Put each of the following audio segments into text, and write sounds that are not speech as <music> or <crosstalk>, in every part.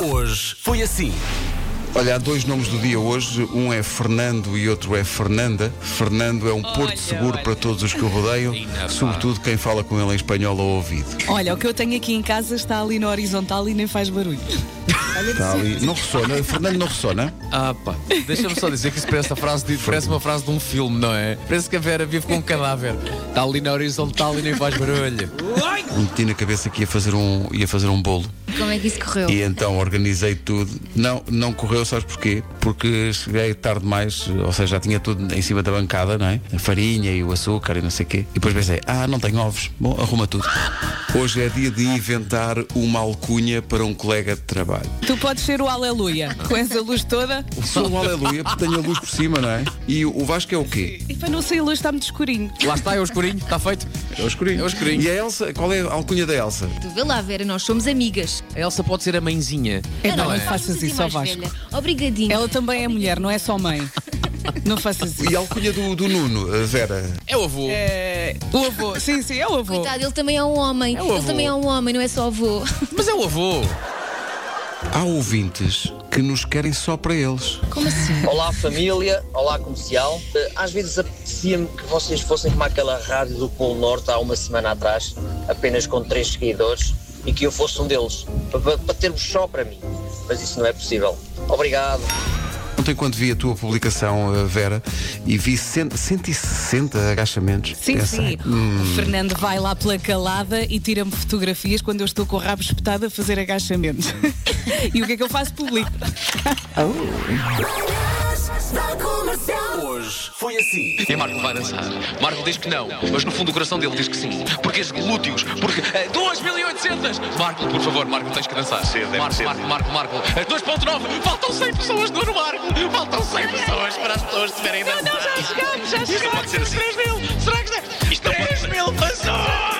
hoje foi assim. Olha, há dois nomes do dia hoje, um é Fernando e outro é Fernanda. Fernando é um porto seguro para todos os que o rodeiam, sobretudo quem fala com ele em espanhol ao ouvido. Olha, o que eu tenho aqui em casa está ali na horizontal e nem faz barulho. Está ali. Não ressona, Fernando não ressona. Ah, pá, deixa-me só dizer que isso parece, a frase de, parece uma frase de um filme, não é? Parece que a Vera vive com um cadáver. Está ali na horizontal e nem faz barulho. Meti na cabeça que ia fazer um, ia fazer um bolo. Como é que isso correu? E então organizei tudo. Não, não correu, sabes porquê? Porque cheguei tarde demais, ou seja, já tinha tudo em cima da bancada, não é? A farinha e o açúcar e não sei o quê. E depois pensei, ah, não tenho ovos. Bom, arruma tudo. Hoje é dia de inventar uma alcunha para um colega de trabalho. Tu podes ser o <laughs> aleluia, com essa luz toda. Sou um aleluia porque tenho a luz por cima, não é? E o Vasco é o quê? E para não sair luz está muito escurinho. Lá está, é o escurinho, está feito. É o escurinho. É o escurinho. E a Elsa, qual é a alcunha da Elsa? Tu vê lá, Vera, nós somos amigas. A Elsa pode ser a mãezinha. É não, Não, não, é. faças isso ao mais Vasco. velha. Obrigadinha. Ela também é mulher, não é só mãe. Não faças isso. E a alcunha do, do Nuno, a Vera? É o avô. É, o avô, sim, sim, é o avô. Coitado, ele também é um homem. É o ele avô. também é um homem, não é só avô. Mas é o avô. Há ouvintes que nos querem só para eles. Como assim? Olá família, olá comercial. Eh, Às vezes apetecia-me que vocês fossem como aquela rádio do Polo Norte há uma semana atrás, apenas com três seguidores, e que eu fosse um deles, pa- pa- para termos só para mim. Mas isso não é possível. Obrigado. Ontem, quando vi a tua publicação, eh, Vera, e vi cento- 160 agachamentos, Sim, pensei, sim. O Fernando vai lá pela calada e tira-me fotografias quando eu estou com o rabo espetado a fazer agachamento. <laughs> e o que é que eu faço? Publico. Hoje foi assim. E Marco vai dançar. Marco diz que não, mas no fundo do coração dele diz que sim. Porque esses glúteos, porque. eh, 2800! Marco, por favor, Marco, tens que dançar. Marco, Marco, Marco, Marco. Eh, 2.9! Faltam 100 pessoas no Marco! Faltam 100 pessoas para as pessoas se verem dançar. Não, já chegamos, já chegamos! Isto não pode ser assim. 3 mil! Será que isto é? Isto não pode ser. mil pessoas!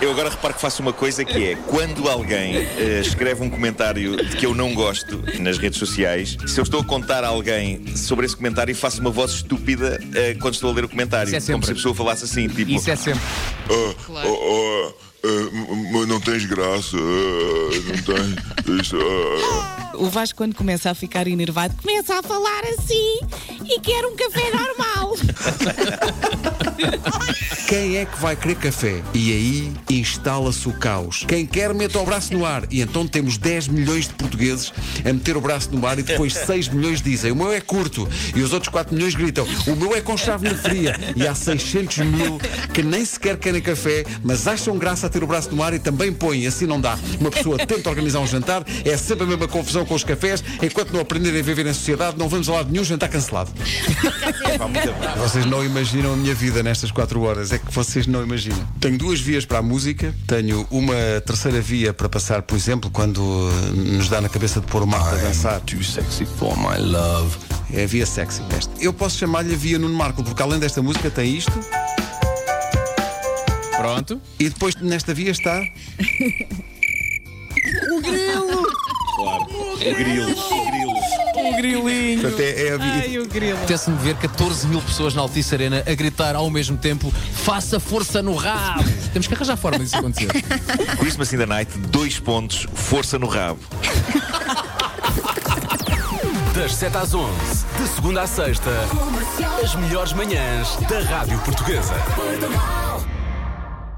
Eu agora reparo que faço uma coisa que é quando alguém eh, escreve um comentário de que eu não gosto nas redes sociais, se eu estou a contar a alguém sobre esse comentário, faço uma voz estúpida eh, quando estou a ler o comentário. Isso é como sempre. se a pessoa falasse assim, tipo. Isso é sempre. Oh, oh, eh, m- mas não tens graça, eh, não tens. Isso, ah. O Vasco, quando começa a ficar enervado, começa a falar assim e quer um café normal. Quem é que vai querer café? E aí instala-se o caos. Quem quer, meta o braço no ar. E então temos 10 milhões de portugueses a meter o braço no ar e depois 6 milhões dizem o meu é curto. E os outros 4 milhões gritam o meu é com chave na fria. E há 600 mil que nem sequer querem café, mas acham graça a ter o braço no ar e também põem. Assim não dá. Uma pessoa tenta organizar um jantar, é sempre a mesma confusão com os cafés. Enquanto não aprenderem a viver na sociedade, não vamos a lado nenhum jantar cancelado. Pá, muito bem. Vocês não imaginam a minha vida nestas 4 horas, é que vocês não imaginam. Tenho duas vias para a música, tenho uma terceira via para passar, por exemplo, quando eh, nos dá na cabeça de pôr o Marco a dançar. Too sexy for my love. É a via sexy esta. Eu posso chamar-lhe a via Nuno Marco, porque além desta música tem isto, Pronto. e depois nesta via está. grilos, grilos. Um grilinho. Portanto, é, é a via. Ai, o grilo. Apetece-me ver 14 mil pessoas na Altice Arena a gritar ao mesmo tempo: faça força no rabo! Temos que arranjar forma disso acontecer. Christmas in the night, dois pontos, força no rabo. Das 7 às 11, de segunda à sexta, as melhores manhãs da Rádio Portuguesa. Portugal.